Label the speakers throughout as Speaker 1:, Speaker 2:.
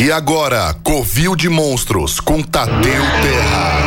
Speaker 1: E agora, Covil de Monstros com Tadeu Terra.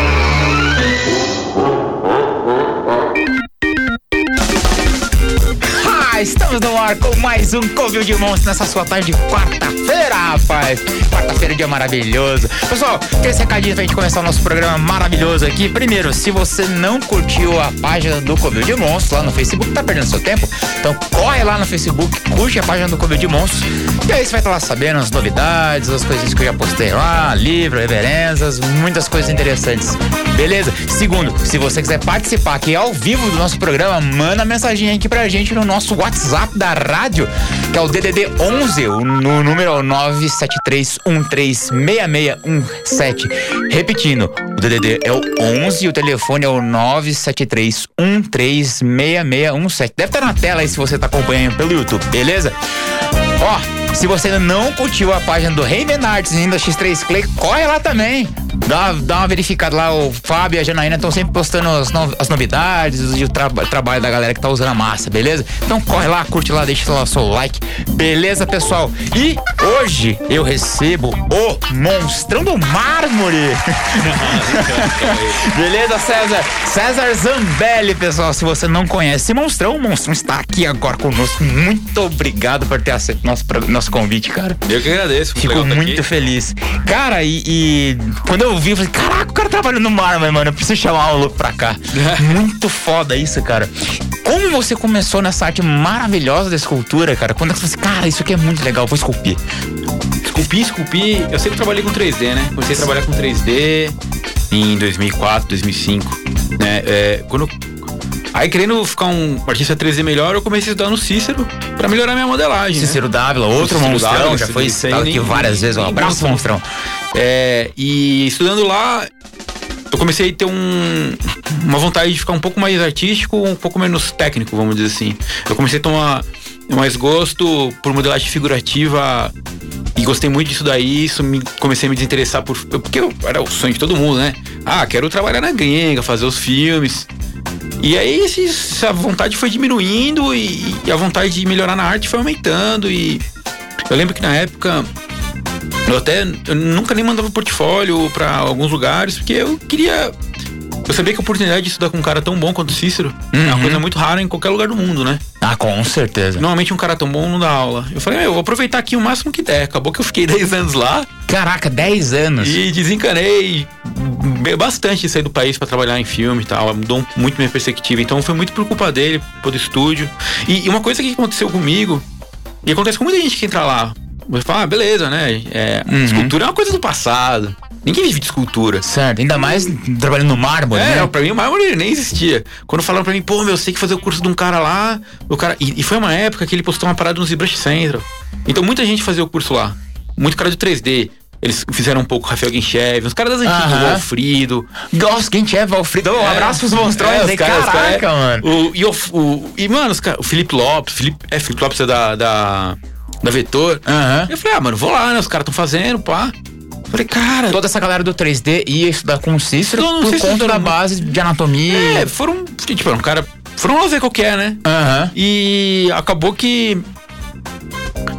Speaker 2: Ah, estamos no ar com mais um Covil de Monstros nessa sua tarde de quarta-feira, rapaz. Quarta-feira é um dia maravilhoso. Pessoal, três recadinhos pra gente começar o nosso programa maravilhoso aqui. Primeiro, se você não curtiu a página do Covil de Monstros lá no Facebook, tá perdendo seu tempo? Então corre lá no Facebook, curte a página do Covil de Monstros. E aí você vai estar lá sabendo as novidades, as coisas que eu já postei lá, livro, reverências, muitas coisas interessantes. Beleza? Segundo, se você quiser participar aqui ao vivo do nosso programa, manda mensagem aqui pra gente no nosso WhatsApp da rádio, que é o DDD 11, o nu- número é o 973136617. Repetindo, o DDD é o 11 e o telefone é o 973136617. Deve estar na tela aí se você tá acompanhando pelo YouTube, beleza? Ó, se você ainda não curtiu a página do Raven Arts e ainda X3 Clay, corre lá também. Dá, dá uma verificada lá, o Fábio e a Janaína estão sempre postando as, no- as novidades e o traba- trabalho da galera que tá usando a massa, beleza? Então corre lá, curte lá, deixa lá o seu like, beleza, pessoal? E hoje eu recebo o Monstrão do Mármore. Beleza, César? César Zambelli, pessoal. Se você não conhece Monstrão, o Monstrão está aqui agora conosco. Muito obrigado por ter aceito nosso, pro- nosso convite, cara.
Speaker 3: Eu que agradeço.
Speaker 2: Fico
Speaker 3: legal tá
Speaker 2: muito
Speaker 3: aqui.
Speaker 2: feliz. Cara, e, e quando eu vi, eu falei: caraca, o cara trabalha no mar, mas, mano, eu preciso chamar o louco pra cá. muito foda isso, cara. Como você começou nessa arte maravilhosa da escultura, cara? Quando é que você falou assim, cara, isso aqui é muito legal, vou esculpir.
Speaker 3: Esculpir, esculpir. Eu sempre trabalhei com 3D, né? Comecei a trabalhar com 3D em 2004, 2005. Né? É, quando... Aí, querendo ficar um artista 3D melhor, eu comecei a estudar no Cícero pra melhorar minha modelagem. né?
Speaker 2: Cícero Dávila, outro
Speaker 3: Cícero
Speaker 2: monstrão,
Speaker 3: Dávila,
Speaker 2: já
Speaker 3: esse
Speaker 2: foi
Speaker 3: daí
Speaker 2: citado aqui
Speaker 3: nem-
Speaker 2: várias vezes. Um
Speaker 3: nem
Speaker 2: abraço,
Speaker 3: gosto.
Speaker 2: monstrão.
Speaker 3: É, e estudando lá, eu comecei a ter um- uma vontade de ficar um pouco mais artístico, um pouco menos técnico, vamos dizer assim. Eu comecei a tomar mais gosto por modelagem figurativa e gostei muito disso daí. Isso me, comecei a me desinteressar por. Porque eu- era o sonho de todo mundo, né? Ah, quero trabalhar na gringa, fazer os filmes. E aí esse- essa vontade foi diminuindo e, e a vontade de melhorar na arte foi aumentando. E eu lembro que na época eu até eu nunca nem mandava portfólio pra alguns lugares, porque eu queria. Eu sabia que a oportunidade de estudar com um cara tão bom quanto o Cícero é
Speaker 2: Uhum.
Speaker 3: uma coisa muito rara em qualquer lugar do mundo, né?
Speaker 2: Ah, com certeza.
Speaker 3: Normalmente um cara tão bom não dá aula. Eu falei, meu, eu vou aproveitar aqui o máximo que der. Acabou que eu fiquei 10 anos lá
Speaker 2: Caraca, 10 anos.
Speaker 3: e desencanei be- bastante de sair do país pra trabalhar em filme e tal. Mudou muito minha perspectiva. Então foi muito por culpa dele, pelo estúdio. E, e uma coisa que aconteceu comigo, e acontece com muita gente que entra lá. Você fala, ah, beleza, né? É,
Speaker 2: Uhum.
Speaker 3: Escultura é uma coisa do passado. Ninguém vive de escultura.
Speaker 2: Certo, ainda mais trabalhando no mármore,
Speaker 3: É,
Speaker 2: né?
Speaker 3: pra mim o mármore nem existia. Quando falaram pra mim, pô, meu, eu sei que fazer o curso de um cara lá, o cara. E, e foi uma época que ele postou uma parada no ZBrush Central. Então muita gente fazia o curso lá. Muito cara de 3D. Eles fizeram um pouco Rafael Guinchev, os caras das antigas,
Speaker 2: Aham.
Speaker 3: o Alfredo.
Speaker 2: Nossa, quem é, Valfrido? Um abraço pros monstrões,
Speaker 3: É, os
Speaker 2: hein?
Speaker 3: caras, os
Speaker 2: Caraca,
Speaker 3: caras- é.
Speaker 2: mano.
Speaker 3: O, e, o, o- e, mano, os caras. O Felipe Lopes, Felipe, é, Felipe Lopes é da. da, da Vetor.
Speaker 2: Aham.
Speaker 3: Eu falei, ah, mano, vou lá, né? Os caras tão fazendo, pá. Eu falei, cara,
Speaker 2: Toda essa galera do 3D ia estudar com o Cícero
Speaker 3: Não, não
Speaker 2: por
Speaker 3: sei se
Speaker 2: conta da
Speaker 3: estudaram.
Speaker 2: base de anatomia.
Speaker 3: é, foram. Tipo, era um cara. Foram lá ver qual que é, né?
Speaker 2: Aham.
Speaker 3: E acabou que.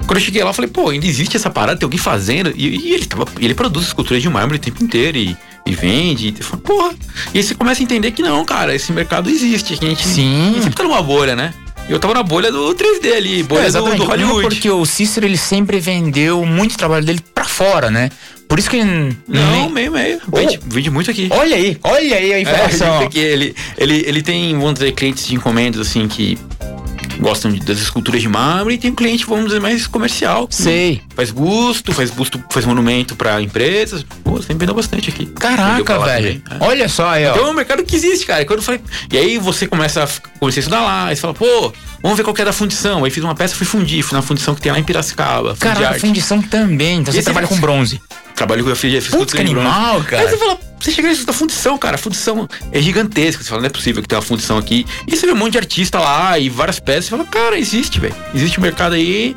Speaker 3: Quando eu cheguei lá, eu falei, pô, ainda existe essa parada, tem alguém fazendo. E, e ele, tava, e ele produz esculturas de mármore o tempo inteiro e, e vende. E eu falei, porra. E aí você começa a entender que não, cara, esse mercado existe. que a gente,
Speaker 2: Sim.
Speaker 3: a gente sempre tá numa bolha, né? E Eu tava na bolha do 3D ali,
Speaker 2: É,
Speaker 3: bolha do, do
Speaker 2: exatamente. Não,
Speaker 3: Hollywood.
Speaker 2: Porque o Cícero, ele sempre vendeu muito trabalho dele pra fora, né? Por isso que ele
Speaker 3: Não,
Speaker 2: nem-
Speaker 3: meio, meio.
Speaker 2: Oh.
Speaker 3: Vende, vende muito aqui.
Speaker 2: Olha aí, olha aí a
Speaker 3: É,
Speaker 2: informação.
Speaker 3: ele, tem que- ele, ele, ele tem, vamos dizer, clientes de encomendas, assim, que gostam de- das esculturas de mármore e tem um cliente, vamos dizer, mais comercial.
Speaker 2: Sei.
Speaker 3: Faz busto, faz busto, faz monumento pra empresas. Pô, sempre vendeu bastante aqui. Vendeu pra
Speaker 2: Caraca,
Speaker 3: lá
Speaker 2: velho.
Speaker 3: também, né?
Speaker 2: Olha só aí, ó.
Speaker 3: Então é um mercado que existe, cara. E Quando eu falei... E aí você começa a, f- comecei a estudar lá, aí você fala, pô, vamos ver qual que é da fundição. Aí fiz uma peça, fui fundir, fui na fundição que tem lá em Piracicaba. fundi
Speaker 2: Caraca,
Speaker 3: arte.
Speaker 2: fundição também. Então você
Speaker 3: Esse
Speaker 2: trabalha
Speaker 3: cara-
Speaker 2: com bronze.
Speaker 3: Trabalho com eu fiz, fiz
Speaker 2: Putz, que
Speaker 3: escultura em bronze.
Speaker 2: animal,
Speaker 3: Aí você
Speaker 2: cara.
Speaker 3: fala, você chega na fundição, cara, a fundição é gigantesca. Você fala, não é possível que tenha uma fundição aqui. E você vê um monte de artista lá e várias peças. Você fala, cara, existe, velho. Existe um mercado aí.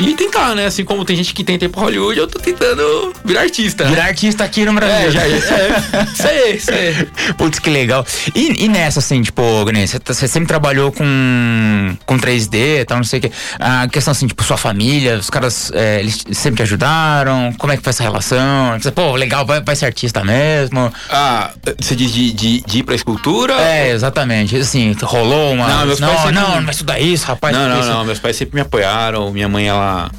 Speaker 3: e tentar, né? Assim como tem gente que tenta ir pra Hollywood, eu tô tentando virar artista.
Speaker 2: Virar artista aqui no Brasil.
Speaker 3: É, já, já, é, isso aí, isso aí.
Speaker 2: Putz, que legal. E, e nessa, assim, tipo, Gnes, você tá- você sempre trabalhou com, com 3D e tal, não sei o quê. A questão, assim, tipo, sua família, os caras, é, eles sempre te ajudaram? Como é que foi essa relação? Você, pô, legal, vai, vai ser artista mesmo?
Speaker 3: Ah, você diz de, de, de ir pra escultura?
Speaker 2: É, exatamente. Assim, rolou uma...
Speaker 3: Não, meus
Speaker 2: não,
Speaker 3: pais
Speaker 2: não,
Speaker 3: sempre-
Speaker 2: não, vai estudar isso, rapaz.
Speaker 3: Não, não,
Speaker 2: isso.
Speaker 3: não. Meus pais sempre me apoiaram. Minha mãe, ela,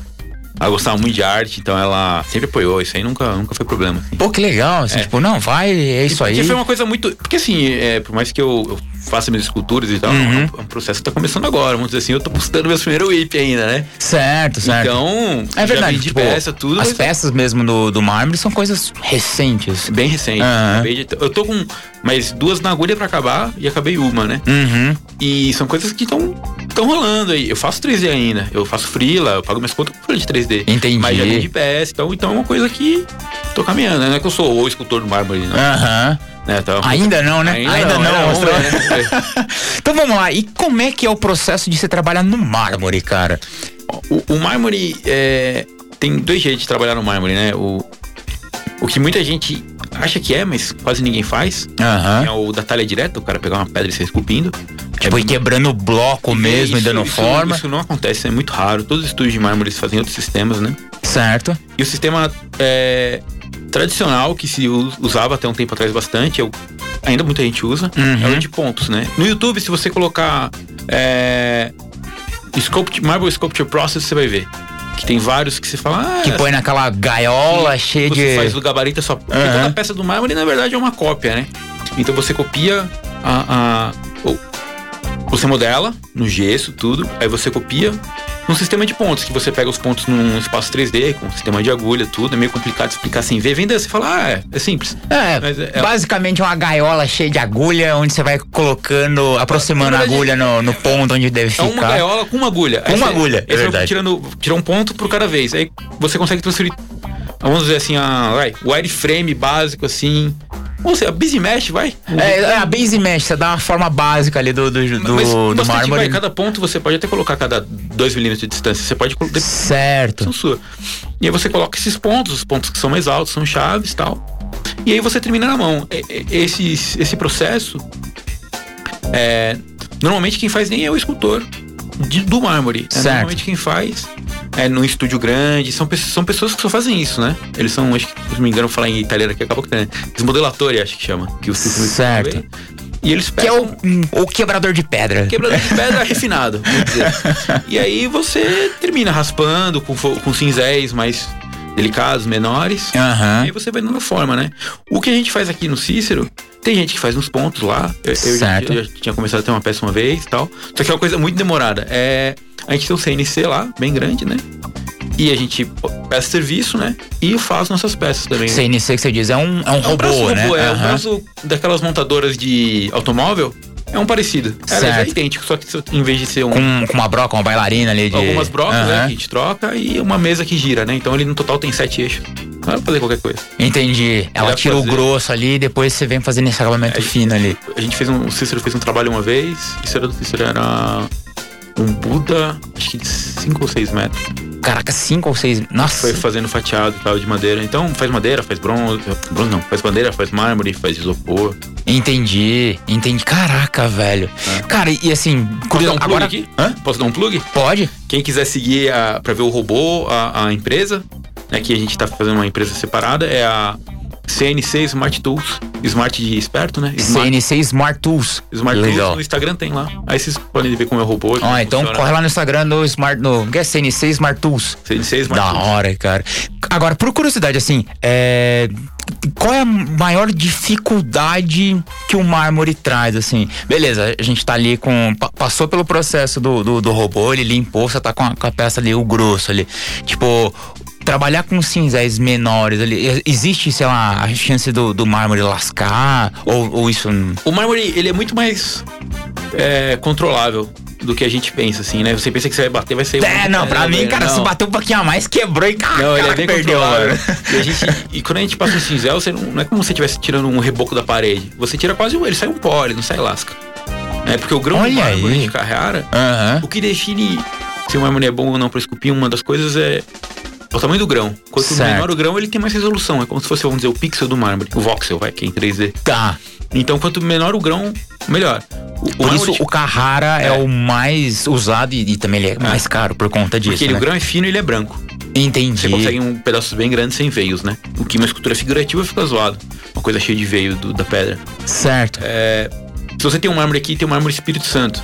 Speaker 3: ela gostava muito de arte, então ela sempre apoiou. Isso aí nunca, nunca foi problema. assim.
Speaker 2: Pô, que legal, assim,
Speaker 3: É.
Speaker 2: tipo, não, vai, é isso aí.
Speaker 3: Porque foi um uma coisa muito. Porque assim, é, por mais que eu, eu faça minhas esculturas e tal,
Speaker 2: Uhum.
Speaker 3: é, um, é um processo que tá começando agora. Vamos dizer assim, eu tô postando meus primeiros whip ainda, né?
Speaker 2: Certo, certo.
Speaker 3: Então,
Speaker 2: é verdade,
Speaker 3: já vendi
Speaker 2: tipo,
Speaker 3: peça, tudo.
Speaker 2: as
Speaker 3: mas
Speaker 2: peças mesmo do, do mármore são coisas recentes.
Speaker 3: Bem recente.
Speaker 2: Aham.
Speaker 3: Acabei de- eu tô com mais duas na agulha pra acabar e acabei uma, né?
Speaker 2: Uhum.
Speaker 3: E são coisas que estão estão rolando aí. Eu faço 3D ainda. Eu faço freela, eu pago minhas contas com freela de 3D.
Speaker 2: Entendi.
Speaker 3: Mas já vem de PS, então, então é uma coisa que tô caminhando. né? Não é que eu sou o escultor do mármore, não.
Speaker 2: Aham.
Speaker 3: Né? Então,
Speaker 2: É. Ainda não, né?
Speaker 3: Ainda, não,
Speaker 2: não.
Speaker 3: ainda
Speaker 2: mostrou.
Speaker 3: não, né?
Speaker 2: Então vamos lá, e como é que é o processo de você trabalhar no mármore, cara?
Speaker 3: O, o mármore é, tem dois jeitos de trabalhar no mármore, né? O, o que muita gente acha que é, mas quase ninguém faz,
Speaker 2: Aham.
Speaker 3: é o da talha direta, o cara pegar uma pedra e sair esculpindo.
Speaker 2: Tipo, ir quebrando o bloco mesmo e
Speaker 3: Isso-
Speaker 2: dando
Speaker 3: isso-
Speaker 2: forma.
Speaker 3: Isso não acontece, é muito raro. Todos os estúdios de mármore fazem outros sistemas, né?
Speaker 2: Certo.
Speaker 3: E o sistema é, tradicional, que se u- usava até um tempo atrás bastante, eu- ainda muita gente usa,
Speaker 2: Uhum.
Speaker 3: é o de pontos, né? No YouTube, se você colocar é, sculpt- Marble Sculpture Process, você vai ver. Que tem vários que você fala. Ah,
Speaker 2: Que põe naquela gaiola cheia
Speaker 3: você
Speaker 2: de.
Speaker 3: faz do gabarito a sua. Porque
Speaker 2: Aham.
Speaker 3: toda peça do mármore, na verdade, é uma cópia, né? Então você copia a. a- o- você modela no gesso, tudo, aí você copia num sistema de pontos, que você pega os pontos num espaço 3D, com um sistema de agulha, tudo, é meio complicado de explicar sem ver. Vem daí, você fala, ah, é, é simples.
Speaker 2: É,
Speaker 3: Mas é- é-
Speaker 2: basicamente uma gaiola cheia de agulha, onde você vai colocando, aproximando
Speaker 3: Na
Speaker 2: a
Speaker 3: verdade,
Speaker 2: agulha no, no ponto onde deve
Speaker 3: É
Speaker 2: ficar.
Speaker 3: uma gaiola com uma agulha.
Speaker 2: Com uma agulha, é
Speaker 3: Aí você vai
Speaker 2: verdade.
Speaker 3: tirando, tirar um ponto por cada vez. Aí você consegue transferir, vamos dizer assim, a, vai, o wireframe básico, assim. Ou seja, a busy mesh, vai.
Speaker 2: É, é a base mesh, você dá uma forma básica ali do, do, do,
Speaker 3: Mas
Speaker 2: do
Speaker 3: bastante,
Speaker 2: mármore.
Speaker 3: vai, cada ponto você pode até colocar cada 2 milímetros de distância. Você pode colocar
Speaker 2: Certo.
Speaker 3: sua. E aí você coloca esses pontos, os pontos que são mais altos, são chaves e tal. E aí você termina na mão. E- e- Esse, esse processo. é, normalmente quem faz nem é o escultor de- do mármore. né?
Speaker 2: Certo.
Speaker 3: Normalmente quem faz é num estúdio grande. São, pe- são pessoas que só fazem isso, né? Eles são, acho que, se não me engano, falar em italiano aqui acaba que tem, né? Desmodelatori, acho que chama. Que os filmes
Speaker 2: Certo.
Speaker 3: também. E eles
Speaker 2: Que é
Speaker 3: pegam
Speaker 2: o, o quebrador de pedra.
Speaker 3: quebrador de pedra refinado, vamos dizer. E aí você termina raspando com, fo- com cinzéis mais delicados, menores.
Speaker 2: Aham.
Speaker 3: Aí você vai dando forma, né? O que a gente faz aqui no Cícero, tem gente que faz uns pontos lá. Eu, eu já,
Speaker 2: Certo.
Speaker 3: eu já tinha começado a ter uma peça uma vez e tal. Só que é uma coisa muito demorada. É, a gente tem um CNC lá, bem grande, né? E a gente pô, peça serviço, né? E faz nossas peças também.
Speaker 2: CNC que você diz, é um, é um
Speaker 3: É um
Speaker 2: robô,
Speaker 3: braço
Speaker 2: né?
Speaker 3: robô, é. O
Speaker 2: Aham.
Speaker 3: braço daquelas montadoras de automóvel é um parecido. É,
Speaker 2: Certo.
Speaker 3: é idêntico, só que em vez de ser um,
Speaker 2: com, com uma broca, uma bailarina ali de.
Speaker 3: algumas brocas, né, que a
Speaker 2: Aham.
Speaker 3: gente troca e uma mesa que gira, né? Então ele no total tem sete eixos. Não é pra fazer qualquer coisa.
Speaker 2: Entendi. Ela
Speaker 3: Dá pra
Speaker 2: tira o
Speaker 3: fazer.
Speaker 2: grosso ali e depois você vem fazendo esse acabamento
Speaker 3: É,
Speaker 2: fino ali.
Speaker 3: A gente fez um. O Cícero fez um trabalho uma vez. Isso era do Cícero, era um Buda, acho que de 5 ou 6 metros.
Speaker 2: Caraca, cinco ou seis. Nossa.
Speaker 3: Foi fazendo fatiado e tal de madeira. Então faz madeira, faz bronze. Bronze não, faz madeira, faz mármore, faz isopor.
Speaker 2: Entendi. Entendi. Caraca, velho. Cara, e assim,
Speaker 3: Posso dar É. um
Speaker 2: curioso.
Speaker 3: plug
Speaker 2: Agora.
Speaker 3: aqui?
Speaker 2: Hã?
Speaker 3: Posso dar um plug?
Speaker 2: Pode?
Speaker 3: Quem quiser seguir a, pra ver o robô, a, a empresa, né, que a gente tá fazendo uma empresa separada, é a CNC Smart Tools. Smart de esperto, né? Smart,
Speaker 2: CNC Smart Tools.
Speaker 3: Smart Tools
Speaker 2: Legal.
Speaker 3: no Instagram tem lá. Aí vocês podem ver como é o robô.
Speaker 2: Ó,
Speaker 3: como
Speaker 2: então
Speaker 3: funciona.
Speaker 2: corre lá no Instagram do Smart. No, que é CNC Smart Tools.
Speaker 3: CNC Smart
Speaker 2: Da
Speaker 3: Tools.
Speaker 2: hora, cara. Agora, por curiosidade, assim, é, qual é a maior dificuldade que o mármore traz, assim? Beleza, a gente tá ali com... pa- Passou pelo processo do, do, do robô, ele limpou, você tá com a, com a peça ali, o grosso ali. Tipo... Trabalhar com cinzéis menores ali, e- existe, sei lá, a chance do, do mármore lascar? Ou, ou isso. não-
Speaker 3: O mármore, ele é muito mais é, controlável do que a gente pensa, assim, né? Você pensa que você vai bater, vai sair... um-
Speaker 2: É, não, pra mim, cara, se bateu um pouquinho a mais, quebrou e cara,
Speaker 3: Não, ele é bem
Speaker 2: perdeu,
Speaker 3: controlável.
Speaker 2: mano.
Speaker 3: E, a gente- e quando a gente passa um cinzel, você não, não é como se você estivesse tirando um reboco da parede. Você tira quase um, ele sai um pó, ele não sai lasca. É porque o grão
Speaker 2: Olha
Speaker 3: do mármore
Speaker 2: aí.
Speaker 3: de Carrara,
Speaker 2: Aham.
Speaker 3: o que define se um harmônio é bom ou não para esculpir, uma das coisas é o tamanho do grão. Quanto
Speaker 2: Certo.
Speaker 3: menor o grão, ele tem mais resolução. É como se fosse, vamos dizer, o pixel do mármore. O voxel, vai, que é em 3D.
Speaker 2: Tá.
Speaker 3: Então, quanto menor o grão, melhor. O, o
Speaker 2: Por
Speaker 3: mármore tipo
Speaker 2: isso
Speaker 3: de-
Speaker 2: o Carrara é,
Speaker 3: É.
Speaker 2: o mais usado e, e também ele é mais caro por conta disso.
Speaker 3: Porque ele-
Speaker 2: né?
Speaker 3: o grão é fino e ele é branco.
Speaker 2: Entendi.
Speaker 3: Você consegue um pedaço bem grande sem veios, né? O que uma escultura figurativa fica zoado. Uma coisa cheia de veio do- da pedra.
Speaker 2: Certo.
Speaker 3: É, se você tem um mármore aqui, tem um mármore Espírito Santo.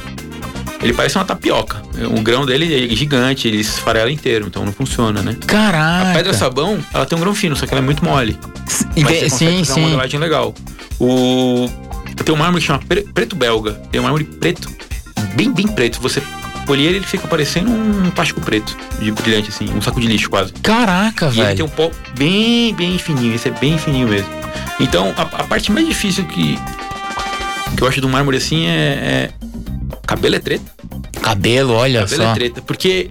Speaker 3: Ele parece uma tapioca. O grão dele é gigante, ele esfarela inteiro, então não funciona, né?
Speaker 2: Caraca.
Speaker 3: Pedra sabão, ela tem um grão fino, só que ela é muito mole.
Speaker 2: Ente-
Speaker 3: Mas
Speaker 2: Sim,
Speaker 3: você consegue fazer uma
Speaker 2: sim.
Speaker 3: modelagem legal. O... Tem um mármore que chama pre- preto belga. Tem um mármore preto, bem, bem preto. Você polir ele, ele fica parecendo um plástico preto, de brilhante, assim, um saco de lixo quase.
Speaker 2: Caraca,
Speaker 3: E ele tem
Speaker 2: velho.
Speaker 3: um pó bem, bem fininho. Esse é bem fininho mesmo. Então, a, a parte mais difícil que, que eu acho do mármore assim é. é- Cabelo é treta.
Speaker 2: Cabelo, olha
Speaker 3: Cabelo
Speaker 2: só.
Speaker 3: é treta. Porque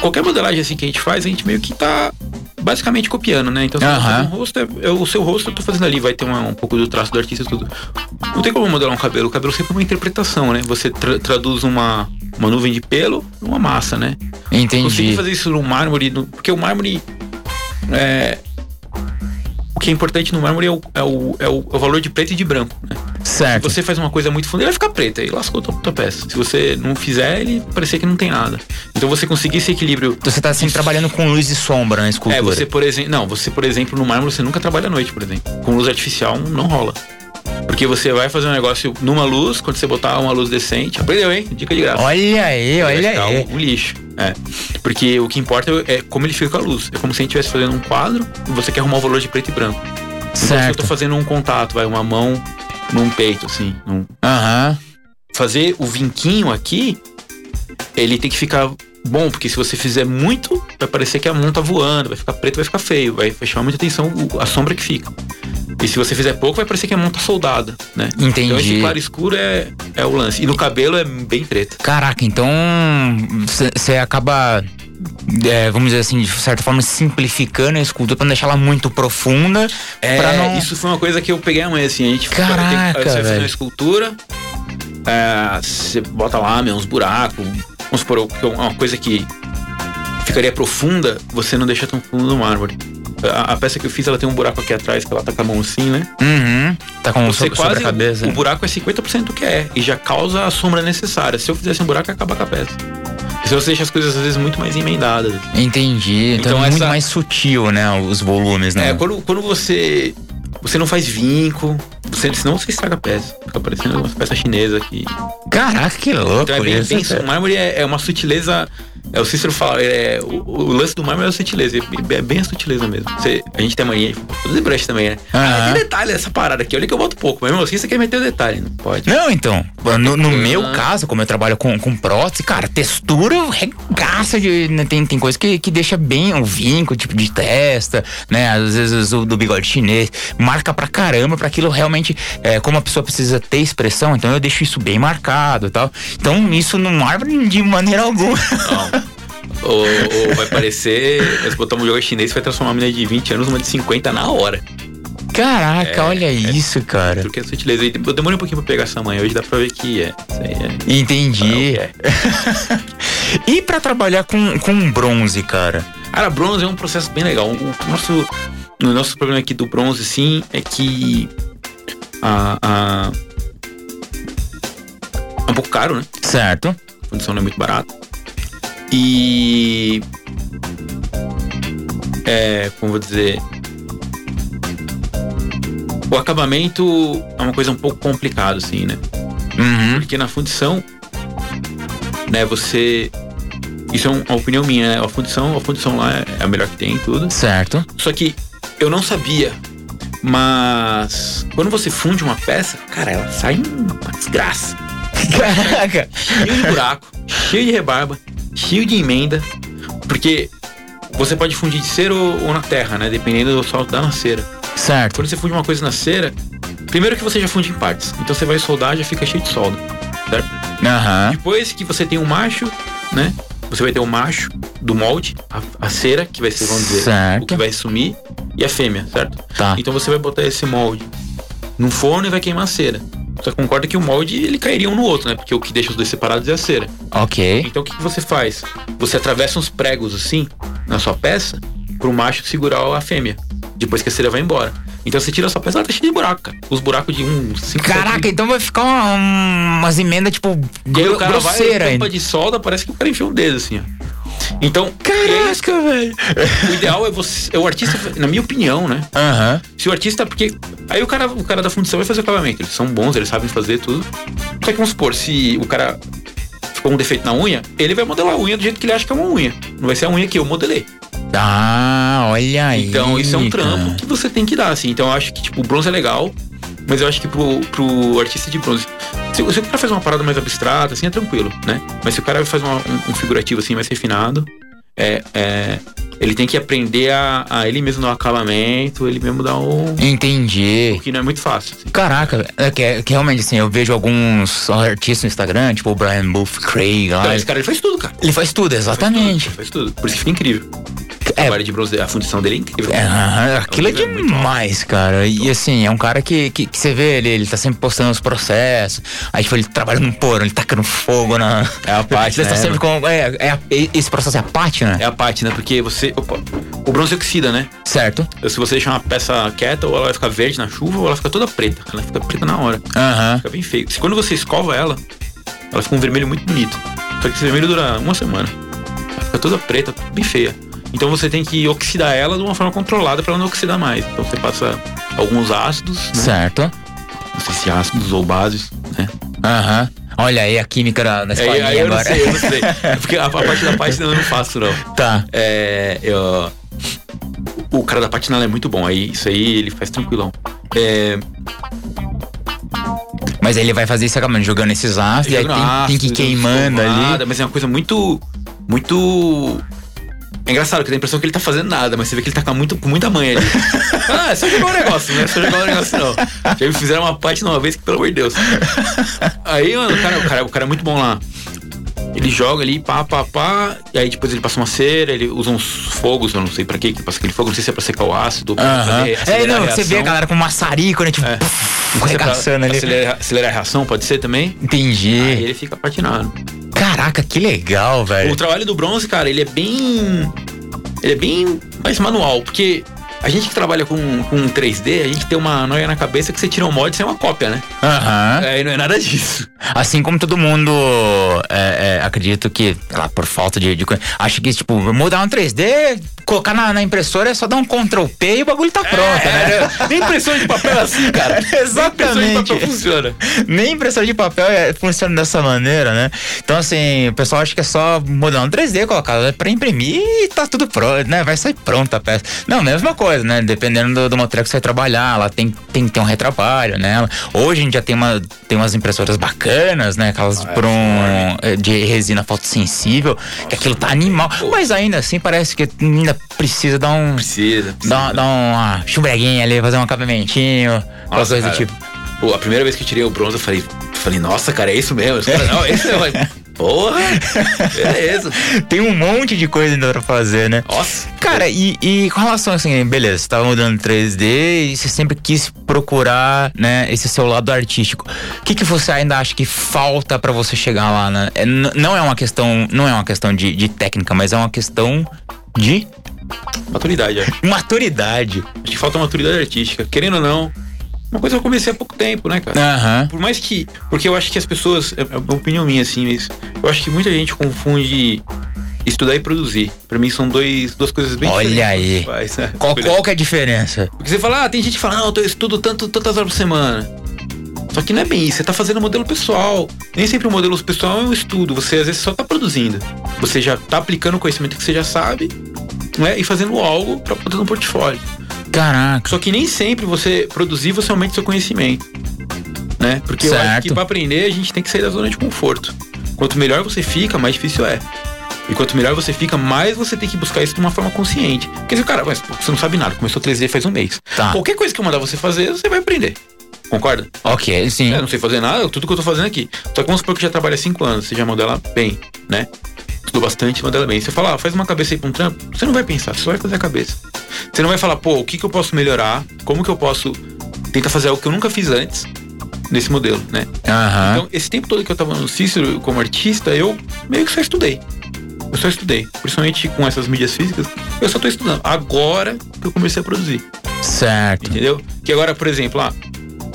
Speaker 3: qualquer modelagem assim que a gente faz, a gente meio que tá basicamente copiando, né? Então, se você
Speaker 2: Aham.
Speaker 3: faz um rosto, é, é o seu rosto eu tô fazendo ali, vai ter uma- um pouco do traço do artista e tudo. Não tem como modelar um cabelo. O cabelo sempre é uma interpretação, né? Você tra- traduz uma, uma nuvem de pelo numa massa, né? Consegui
Speaker 2: Entendi.
Speaker 3: fazer isso no mármore, no- porque o mármore. é, o que é importante no mármore é o, é o, é o- é o valor de preto e de branco. Né? Se
Speaker 2: Certo.
Speaker 3: você faz uma coisa muito funda, ele vai ficar preto, aí lascou tua, tua peça. Se você não fizer, ele parecer que não tem nada. Então você conseguir esse equilíbrio.
Speaker 2: Então você tá sempre trabalhando com luz e sombra na escultura.
Speaker 3: É, você, por exemplo. Não, você, por exemplo, no mármore você nunca trabalha à noite, por exemplo. Com luz artificial não rola. Porque você vai fazer um negócio numa luz, quando você botar uma luz decente. Aprendeu, hein? Dica de graça.
Speaker 2: Olha aí,
Speaker 3: Vai
Speaker 2: olha
Speaker 3: ficar
Speaker 2: aí.
Speaker 3: Um, um lixo. É. Porque o que importa é como ele fica com a luz. É como se a gente estivesse fazendo um quadro e você quer arrumar o valor de preto e branco. Então, se eu tô
Speaker 2: Certo.
Speaker 3: fazendo um contato, vai, uma mão num peito, assim. num-
Speaker 2: Aham.
Speaker 3: Fazer o vinquinho aqui, ele tem que ficar bom, porque se você fizer muito, vai parecer que a mão tá voando, vai ficar preto, vai ficar feio, vai vai chamar muita atenção o- a sombra que fica. E se você fizer pouco, vai parecer que a mão tá soldada, né? Então esse
Speaker 2: Entendi.
Speaker 3: claro escuro é, é o lance. E no cabelo é bem treta.
Speaker 2: Caraca, então você acaba, é, vamos dizer assim, de certa forma, simplificando a escultura pra não deixar ela muito profunda.
Speaker 3: É,
Speaker 2: pra não...
Speaker 3: isso foi uma coisa que eu peguei amanhã, assim, a gente
Speaker 2: Caraca,
Speaker 3: tem, você vai fazer
Speaker 2: velho.
Speaker 3: uma escultura, é, você bota lá, meu, uns buracos, vamos supor, que é uma coisa que ficaria profunda, você não deixa tão fundo no mármore. A, a peça que eu fiz, ela tem um buraco aqui atrás, que ela tá com a mão assim, né?
Speaker 2: Uhum. Tá com so sobre a cabeça.
Speaker 3: O buraco é 50% do que é, e já causa a sombra necessária. Se eu fizesse um buraco, ia acabar com a peça. Se você deixa as coisas, às vezes, muito mais emendadas.
Speaker 2: Entendi. Então,
Speaker 3: Então
Speaker 2: é muito
Speaker 3: essa-
Speaker 2: mais sutil, né? Os volumes, né?
Speaker 3: É, quando, quando você. Você não faz vinco, você, senão você estraga a peça. Fica parecendo uma peça chinesa aqui.
Speaker 2: Caraca, que louco
Speaker 3: Então é bem,
Speaker 2: isso.
Speaker 3: bem
Speaker 2: cara.
Speaker 3: O mármore é, é uma sutileza. É o Cícero fala, é, o, o lance do mármore é a sutileza. e É bem a sutileza mesmo. Você- a gente tem mania, fazer brush também, né? Ah,
Speaker 2: Aham.
Speaker 3: tem detalhe essa parada aqui. Olha que eu boto pouco, mas mesmo assim você quer meter o detalhe, não pode.
Speaker 2: Não, então, no, no
Speaker 3: Uhum.
Speaker 2: meu caso, como eu trabalho com, com prótese, cara, textura regaça de. né, tem, tem coisa que, que deixa bem o vinco, tipo de testa, né? Às vezes o do bigode chinês, marca pra caramba, pra aquilo realmente, é, como a pessoa precisa ter expressão, então eu deixo isso bem marcado e tal. Então, isso não árvore de maneira alguma.
Speaker 3: Não. Ou, ou vai parecer. Se botar um jogo chinês, vai transformar uma menina de 20 anos numa de 50 na hora. É,
Speaker 2: Caraca, olha isso, cara.
Speaker 3: Porque é sutileza. E Eu demorei um pouquinho pra pegar essa manhã. Hoje dá pra ver que é. Isso aí é.
Speaker 2: Entendi.
Speaker 3: É o que
Speaker 2: E pra trabalhar com, com bronze, cara?
Speaker 3: Cara, bronze é um processo bem legal. O nosso, o nosso problema aqui do bronze, sim, é que. A, a- é um pouco caro, né?
Speaker 2: Certo?
Speaker 3: A produção não é muito barata. E. É. Como eu vou dizer. O acabamento é uma coisa um pouco complicada, assim, né?
Speaker 2: Uhum.
Speaker 3: Porque na fundição, né, você. Isso é um- uma opinião minha, né? A fundição, a fundição lá é- é a melhor que tem e tudo.
Speaker 2: Certo.
Speaker 3: Só que eu não sabia. Mas quando você funde uma peça, cara, ela sai uma desgraça.
Speaker 2: Caraca.
Speaker 3: Cheio de buraco, cheio de rebarba, cheio de emenda. Porque você pode fundir de cera ou, ou na terra, né? Dependendo do salto da na cera.
Speaker 2: Certo.
Speaker 3: Quando você funde uma coisa na cera, primeiro que você já funde em partes. Então você vai soldar já fica cheio de solda.
Speaker 2: Aham.
Speaker 3: Depois que você tem o macho, né? Você vai ter o macho do molde, a, a cera, que vai ser, vamos dizer,
Speaker 2: Certo.
Speaker 3: o que vai sumir, e a fêmea, certo?
Speaker 2: Tá.
Speaker 3: Então você vai botar esse molde num forno e vai queimar a cera. Você concorda que o molde ele cairia um no outro, né? Porque o que deixa os dois separados é a cera.
Speaker 2: Ok.
Speaker 3: Então o que, que você faz? Você atravessa uns pregos assim na sua peça pro macho segurar a fêmea. Depois que a cera vai embora. Então você tira a sua peça, ela tá cheia de buraco, cara. Os buracos de um. cinco,
Speaker 2: Caraca,
Speaker 3: sete-
Speaker 2: então vai ficar uma- umas emendas, tipo,
Speaker 3: e aí
Speaker 2: gro-
Speaker 3: o cara vai,
Speaker 2: grosseira
Speaker 3: tampa
Speaker 2: ainda.
Speaker 3: de solda, parece que o cara enfiou um dedo assim, ó. Então,
Speaker 2: Caraca, velho.
Speaker 3: o ideal é você. É o artista, na minha opinião, né?
Speaker 2: Aham.
Speaker 3: Se o artista. Porque. Aí o cara, o cara da fundição vai fazer o acabamento. Eles são bons, eles sabem fazer tudo. Só que vamos supor, se o cara ficou um defeito na unha, ele vai modelar a unha do jeito que ele acha que é uma unha. Não vai ser a unha que eu modelei.
Speaker 2: Ah, olha aí.
Speaker 3: Então, isso é um
Speaker 2: cara.
Speaker 3: trampo que você tem que dar, assim. Então, eu acho que, tipo, o bronze é legal, mas eu acho que pro, pro artista de bronze. Se, se o cara faz uma parada mais abstrata, assim, é tranquilo, né? Mas se o cara faz uma- um, um figurativo, assim, mais refinado, é. é, ele tem que aprender a, a ele mesmo dar o acabamento, ele mesmo dar o.
Speaker 2: Entendi.
Speaker 3: O que não é muito fácil. assim.
Speaker 2: Caraca, é que, é que realmente assim, eu vejo alguns artistas no Instagram, tipo o Brian Buff Craig lá.
Speaker 3: Não, esse cara ele faz tudo, cara.
Speaker 2: Ele faz tudo, exatamente.
Speaker 3: Ele faz tudo. Por isso que fica incrível.
Speaker 2: É,
Speaker 3: A área de bronze, a fundição dele é incrível.
Speaker 2: é, aham, aquilo é
Speaker 3: É um nível muito
Speaker 2: demais, cara. E assim, é um cara que, que, que você vê ele, ele tá sempre postando os processos. Aí, tipo, ele trabalha num porão, ele tacando fogo na. É a
Speaker 3: parte,
Speaker 2: Ele tá
Speaker 3: né?
Speaker 2: sempre com. É, é a- e- esse processo é a parte, né?
Speaker 3: É a parte, né? Porque você. opa, o bronze oxida, né?
Speaker 2: Certo?
Speaker 3: Se você deixar uma peça quieta, ou ela vai ficar verde na chuva, ou ela fica toda preta. Ela fica preta na hora.
Speaker 2: Aham.
Speaker 3: Fica bem feio. Se quando você escova ela, ela fica um vermelho muito bonito. Só que esse vermelho dura uma semana. Ela fica toda preta, bem feia. Então você tem que oxidar ela de uma forma controlada pra ela não oxidar mais. Então você passa alguns ácidos, né?
Speaker 2: Certo?
Speaker 3: não sei se ácidos ou bases, né?
Speaker 2: Aham. Olha aí a química da, da
Speaker 3: É, Aí,
Speaker 2: escolinha
Speaker 3: aí eu não
Speaker 2: agora.
Speaker 3: sei, eu não sei. É Porque a, a parte da página eu não faço, não.
Speaker 2: tá.
Speaker 3: É. Eu, o cara da patina ela é muito bom. Aí isso aí ele faz tranquilão. É,
Speaker 2: Mas ele vai fazer isso acabando, jogando esses astros, e aí
Speaker 3: joga no
Speaker 2: tem, tem que ir
Speaker 3: ácido,
Speaker 2: queimando ali.
Speaker 3: nada, Mas é uma coisa muito. Muito. É engraçado, porque dá a impressão que ele tá fazendo nada, mas você vê que ele tá com, muito, com muita manha ali. ah, é só jogar um negócio, né? É Só jogar um negócio, não. Já me fizeram uma parte uma vez que, pelo amor de Deus. Aí, mano, o cara, o cara, o cara é muito bom lá. Ele joga ali, pá, pá, pá, e aí depois ele passa uma cera, ele usa uns fogos, eu não sei pra quê, que passa aquele fogo, não sei se é pra secar o ácido, ou pra
Speaker 2: Aham.
Speaker 3: fazer-
Speaker 2: É,
Speaker 3: acelerar
Speaker 2: não, você
Speaker 3: a
Speaker 2: vê a
Speaker 3: reação.
Speaker 2: galera com maçarico, né? Tipo,
Speaker 3: É.
Speaker 2: pff,
Speaker 3: Não sei se é pra
Speaker 2: arregaçando ali.
Speaker 3: Acelerar, acelerar a reação, pode ser também. Aí
Speaker 2: Entendi.
Speaker 3: ele fica patinado.
Speaker 2: Caraca, que legal,
Speaker 3: O
Speaker 2: velho.
Speaker 3: trabalho do bronze, cara, ele é bem. Ele é bem mais manual, porque a gente que trabalha com, com 3D, a gente tem uma noia na cabeça que você tira um mod e sai uma cópia, né?
Speaker 2: Aham.
Speaker 3: Aí não é nada disso.
Speaker 2: Assim como todo mundo, é, é, acredito que, sei lá, por falta de, de coisa, acho que, tipo, mudar um 3D, colocar na, na impressora é só dar um Ctrl P e o bagulho tá pronto, né?
Speaker 3: É, Nem impressão de papel é assim, cara. Nem impressão de papel
Speaker 2: Exatamente.
Speaker 3: funciona.
Speaker 2: Nem impressora de papel é- funciona dessa maneira, né? Então, assim, o pessoal acha que é só mudar um 3D, colocar né, pra imprimir e tá tudo pronto, né? Vai sair pronta a peça. Não, mesma coisa, né? Dependendo do, do material que você vai trabalhar, ela tem, tem que ter um retrabalho nela. Hoje a gente já tem, uma, tem umas impressoras bacanas, né? Aquelas
Speaker 3: Ah, é
Speaker 2: por um, eh, de resina fotossensível, que aquilo
Speaker 3: é
Speaker 2: tá animal. Mas ainda assim, parece que ainda precisa dar um.
Speaker 3: Precisa, precisa.
Speaker 2: Dar, dar uma chumbreguinha ali, fazer um acabamentinho, umas
Speaker 3: Nossa,
Speaker 2: coisas do
Speaker 3: cara.
Speaker 2: tipo.
Speaker 3: Pô, a primeira vez que eu tirei o bronze, eu falei, falei, nossa, cara, é isso mesmo. Os caras, não, é isso mesmo. Eu falei, Porra! Beleza.
Speaker 2: Tem um monte de coisa ainda pra fazer, né?
Speaker 3: Nossa.
Speaker 2: Cara, e, e com relação assim, beleza, você tava mudando 3D e você sempre quis procurar, né, esse seu lado artístico. O que, que você ainda acha que falta pra você chegar lá, né? É, n- não é uma questão, não é uma questão de, de técnica, mas é uma questão de
Speaker 3: Maturidade, eu acho.
Speaker 2: maturidade.
Speaker 3: Acho que falta maturidade artística. Querendo ou não, uma coisa que eu comecei há pouco tempo, né, cara?
Speaker 2: Aham.
Speaker 3: Por mais que. Porque eu acho que as pessoas. É é uma opinião minha, assim, mas. Eu acho que muita gente confunde estudar e produzir. Pra mim são dois, duas coisas bem
Speaker 2: Olha
Speaker 3: diferentes.
Speaker 2: aí.
Speaker 3: Faz, né?
Speaker 2: Qual, qual que é a diferença?
Speaker 3: Porque você fala, ah, tem gente que fala, não, eu estudo tanto, tantas horas por semana. Só que não é bem isso, você tá fazendo modelo pessoal. Nem sempre o modelo pessoal é um estudo, você às vezes só tá produzindo. Você já tá aplicando o conhecimento que você já sabe, né? E fazendo algo pra poder no portfólio.
Speaker 2: Caraca.
Speaker 3: Só que nem sempre você produzir, você aumenta seu conhecimento. Né? Porque eu acho
Speaker 2: Certo.
Speaker 3: que pra aprender a gente tem que sair da zona de conforto. Quanto melhor você fica, mais difícil é. E quanto melhor você fica, mais você tem que buscar isso de uma forma consciente. Porque se o cara, mas pô, você não sabe nada, começou 3D faz um mês.
Speaker 2: Tá.
Speaker 3: Qualquer coisa que eu mandar você fazer, você vai aprender. Concorda?
Speaker 2: Ok, sim.
Speaker 3: É, Eu não sei fazer nada, tudo que eu tô fazendo aqui. Só que vamos supor que eu já trabalho há 5 anos, você já modela bem, né? Estudou bastante, modela bem. Você fala, ah, faz uma cabeça aí pra um trampo, você não vai pensar, você só vai fazer a cabeça. Você não vai falar, pô, o que que eu posso melhorar? Como que eu posso tentar fazer algo que eu nunca fiz antes? nesse modelo, né?
Speaker 2: Aham.
Speaker 3: Então, esse tempo todo que eu tava no Cícero como artista, eu meio que só estudei. Eu só estudei. Principalmente com essas mídias físicas, eu só tô estudando. Agora que eu comecei a produzir,
Speaker 2: Certo.
Speaker 3: entendeu? Que agora, por exemplo, ah,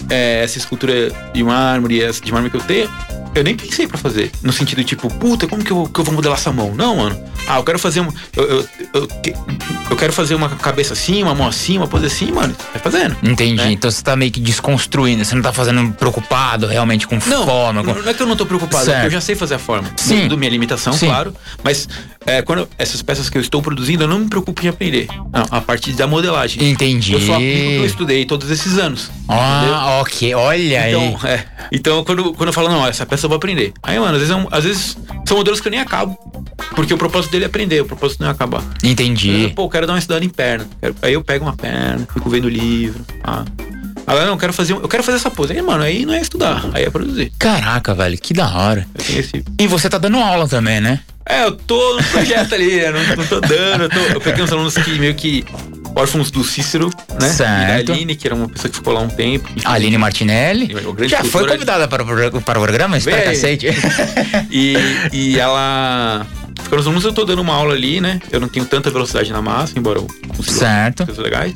Speaker 3: é, essa escultura de mármore, essa de mármore que eu tenho, eu nem pensei pra fazer. No sentido tipo, puta, como que eu, que eu vou modelar essa mão? Não, mano. Ah, eu quero fazer um. Eu, eu, eu, que- eu quero fazer uma cabeça assim, uma mão assim, uma pose assim, mano. Vai fazendo.
Speaker 2: Entendi.
Speaker 3: É.
Speaker 2: Então você tá meio que desconstruindo, você não tá fazendo preocupado realmente com
Speaker 3: Não,
Speaker 2: forma. com-
Speaker 3: não não é que eu não tô preocupado,
Speaker 2: Certo.
Speaker 3: é que eu já sei fazer a forma.
Speaker 2: Sim.
Speaker 3: Do minha limitação,
Speaker 2: Sim.
Speaker 3: claro. Mas é, quando eu- essas peças que eu estou produzindo, eu não me preocupo em aprender. Não, a parte da modelagem.
Speaker 2: Entendi.
Speaker 3: Eu só aplico o que eu estudei todos esses anos.
Speaker 2: Ah, ok. Olha aí.
Speaker 3: Então, é, então quando, quando eu falo, não, essa peça eu vou aprender. Aí, mano, às vezes, é um- às vezes são modelos que eu nem acabo. Porque o propósito dele é aprender, o propósito não é acabar. Eu,
Speaker 2: Entendi.
Speaker 3: Pô, eu quero dar uma estudada em perna. Quero- Aí eu pego uma perna, fico vendo livro. Ah. Agora não, eu quero fazer, um- eu quero fazer essa pose. Aí, mano, aí não é estudar, aí é produzir.
Speaker 2: Caraca, velho, que da hora.
Speaker 3: Eu tenho esse
Speaker 2: E você tá dando aula também, né?
Speaker 3: É, eu tô num projeto ali, né? Não, não tô dando. Eu, tô, eu peguei uns alunos que meio que. órfãos do Cícero, né? E
Speaker 2: Certo.
Speaker 3: da Aline, que era uma pessoa que ficou lá um tempo.
Speaker 2: A Aline Martinelli.
Speaker 3: É uma grande
Speaker 2: Já foi
Speaker 3: escultora.
Speaker 2: convidada para o, pro- para o programa? Está
Speaker 3: Vem.
Speaker 2: cacete.
Speaker 3: E, e ela. Ficou nos alunos, eu tô dando uma aula ali, né? Eu não tenho tanta velocidade na massa, embora eu consiga
Speaker 2: certo.
Speaker 3: coisas legais.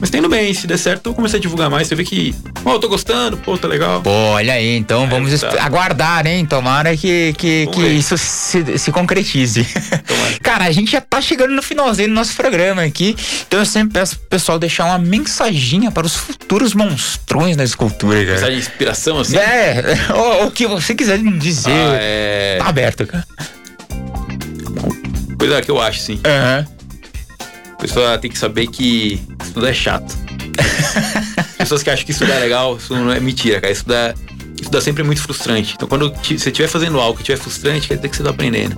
Speaker 3: Mas tá indo bem, se der certo, eu comecei a divulgar mais. Você vê que. Ó, eu tô gostando, pô, tá legal.
Speaker 2: Pô, olha aí, então vamos
Speaker 3: tá.
Speaker 2: esp- aguardar, hein? Tomara que, que,
Speaker 3: Vamos
Speaker 2: que
Speaker 3: ver.
Speaker 2: isso se, se concretize.
Speaker 3: Tomara.
Speaker 2: Cara, a gente já tá chegando no finalzinho do nosso programa aqui. Então eu sempre peço pro pessoal deixar uma mensaginha para os futuros monstrões da escultura,
Speaker 3: Precisar
Speaker 2: cara.
Speaker 3: de inspiração, assim.
Speaker 2: É, ou- ou o que você quiser
Speaker 3: Ah,
Speaker 2: dizer.
Speaker 3: é.
Speaker 2: Tá aberto, cara.
Speaker 3: Coisa que eu acho, sim.
Speaker 2: Aham.
Speaker 3: A pessoa tem que saber que estudar é chato. Pessoas que acham que estudar é legal, isso não é mentira, cara. Estudar, estudar sempre é muito frustrante. Então, quando ti- você estiver fazendo algo que estiver frustrante, quer dizer que você tá aprendendo.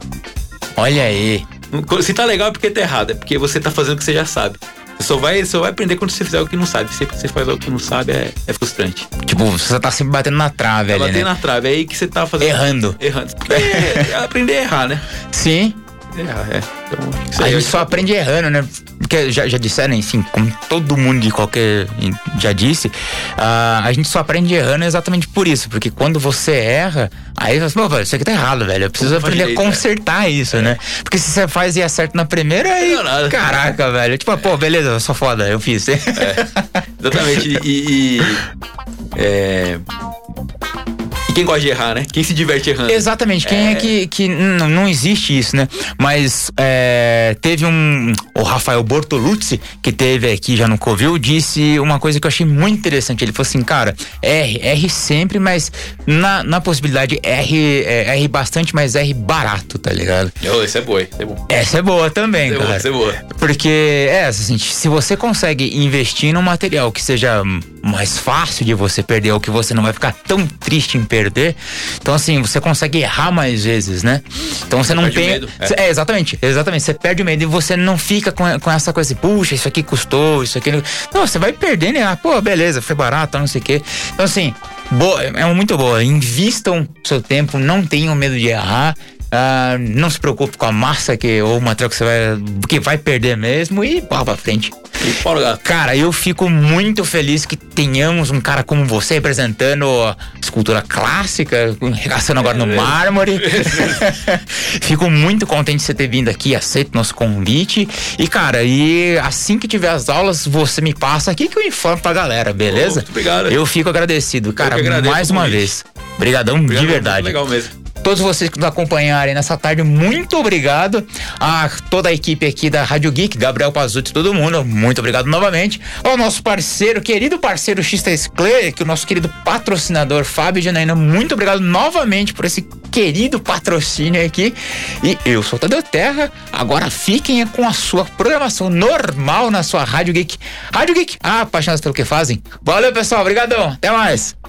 Speaker 2: Olha aí.
Speaker 3: Não- quando- Se tá legal é porque tá errado, é porque você tá fazendo o que você já sabe. Você só vai, só vai aprender quando você fizer algo que não sabe. Sempre que você faz algo que não sabe, é, é frustrante.
Speaker 2: Tipo, você tá sempre batendo na trave
Speaker 3: Tá
Speaker 2: ali, né?
Speaker 3: batendo na trave, é aí que você tá fazendo.
Speaker 2: Errando.
Speaker 3: Errando. Porque é- aprender a errar, né?
Speaker 2: Sim.
Speaker 3: Errar, é. Então, isso
Speaker 2: A
Speaker 3: aí,
Speaker 2: gente
Speaker 3: eu-
Speaker 2: só aprende errando, né? Porque já, já disseram, enfim, como todo mundo de qualquer. já disse, ah, a gente só aprende errando exatamente por isso. Porque quando você erra, aí você fala, "Pô, velho, isso aqui tá errado, velho. Eu preciso
Speaker 3: Não faz
Speaker 2: aprender a
Speaker 3: direito, É.
Speaker 2: consertar isso, né? Porque se você faz e acerta na primeira, aí.
Speaker 3: Não dá nada. É.
Speaker 2: Caraca, velho. Tipo, pô, beleza, eu sou foda, eu fiz.
Speaker 3: Exatamente. E. e é, e quem gosta de errar, né? Quem se diverte errando.
Speaker 2: Exatamente, quem é, que, que não, não existe isso, né? Mas é, teve um. O Rafael Bortoluzzi, que teve aqui já no Covil, disse uma coisa que eu achei muito interessante. Ele falou assim, cara, R, R sempre, mas na, na possibilidade R, é, R bastante, mas R barato, tá ligado?
Speaker 3: Ô, esse é boi, esse é bom.
Speaker 2: Essa é boa também,
Speaker 3: Esse é bom,
Speaker 2: cara.
Speaker 3: esse é boa.
Speaker 2: Porque, é, assim, se você consegue investir num material que seja hum, mais fácil de você perder, ou que você não vai ficar tão triste em perder, então, assim, você consegue errar mais vezes, né? Então você não
Speaker 3: perde o
Speaker 2: tem.
Speaker 3: medo, é.
Speaker 2: Cê- é. exatamente, exatamente. Você perde o medo e você não fica com, com essa coisa assim, puxa, isso aqui custou, isso aqui. não-". Não, você vai perdendo e, ah, pô, beleza, foi barato, não sei o quê. Então, assim, boa, é muito boa. Invistam seu tempo, não tenham medo de errar. Ah, não se preocupe com a massa que ou o material que você vai que vai perder mesmo e bola pra frente.
Speaker 3: E pau no gato.
Speaker 2: Cara, eu fico muito feliz que tenhamos um cara como você representando a escultura clássica, regaçando agora
Speaker 3: É
Speaker 2: no mármore. fico muito contente de você ter vindo aqui, aceito nosso convite. E, cara, e assim que tiver as aulas, você me passa aqui que eu informo pra galera, beleza?
Speaker 3: Muito obrigado.
Speaker 2: Eu fico agradecido, cara,
Speaker 3: que agradeço
Speaker 2: mais
Speaker 3: o
Speaker 2: uma
Speaker 3: convite.
Speaker 2: vez. Obrigadão de
Speaker 3: Obrigado,
Speaker 2: verdade.
Speaker 3: é Legal mesmo.
Speaker 2: Todos vocês que nos acompanharem nessa tarde, muito obrigado. A toda a equipe aqui da Rádio Geek, Gabriel Pazuti, todo mundo, muito obrigado novamente. Ao nosso parceiro, querido parceiro X3 Clay, que o nosso querido patrocinador Fábio Janaína, muito obrigado novamente por esse querido patrocínio aqui. E eu sou o Tadeu Terra. Agora fiquem com a sua programação normal na sua Rádio Geek. Rádio Geek, ah, apaixonados pelo que fazem. Valeu, pessoal, obrigadão. Até mais.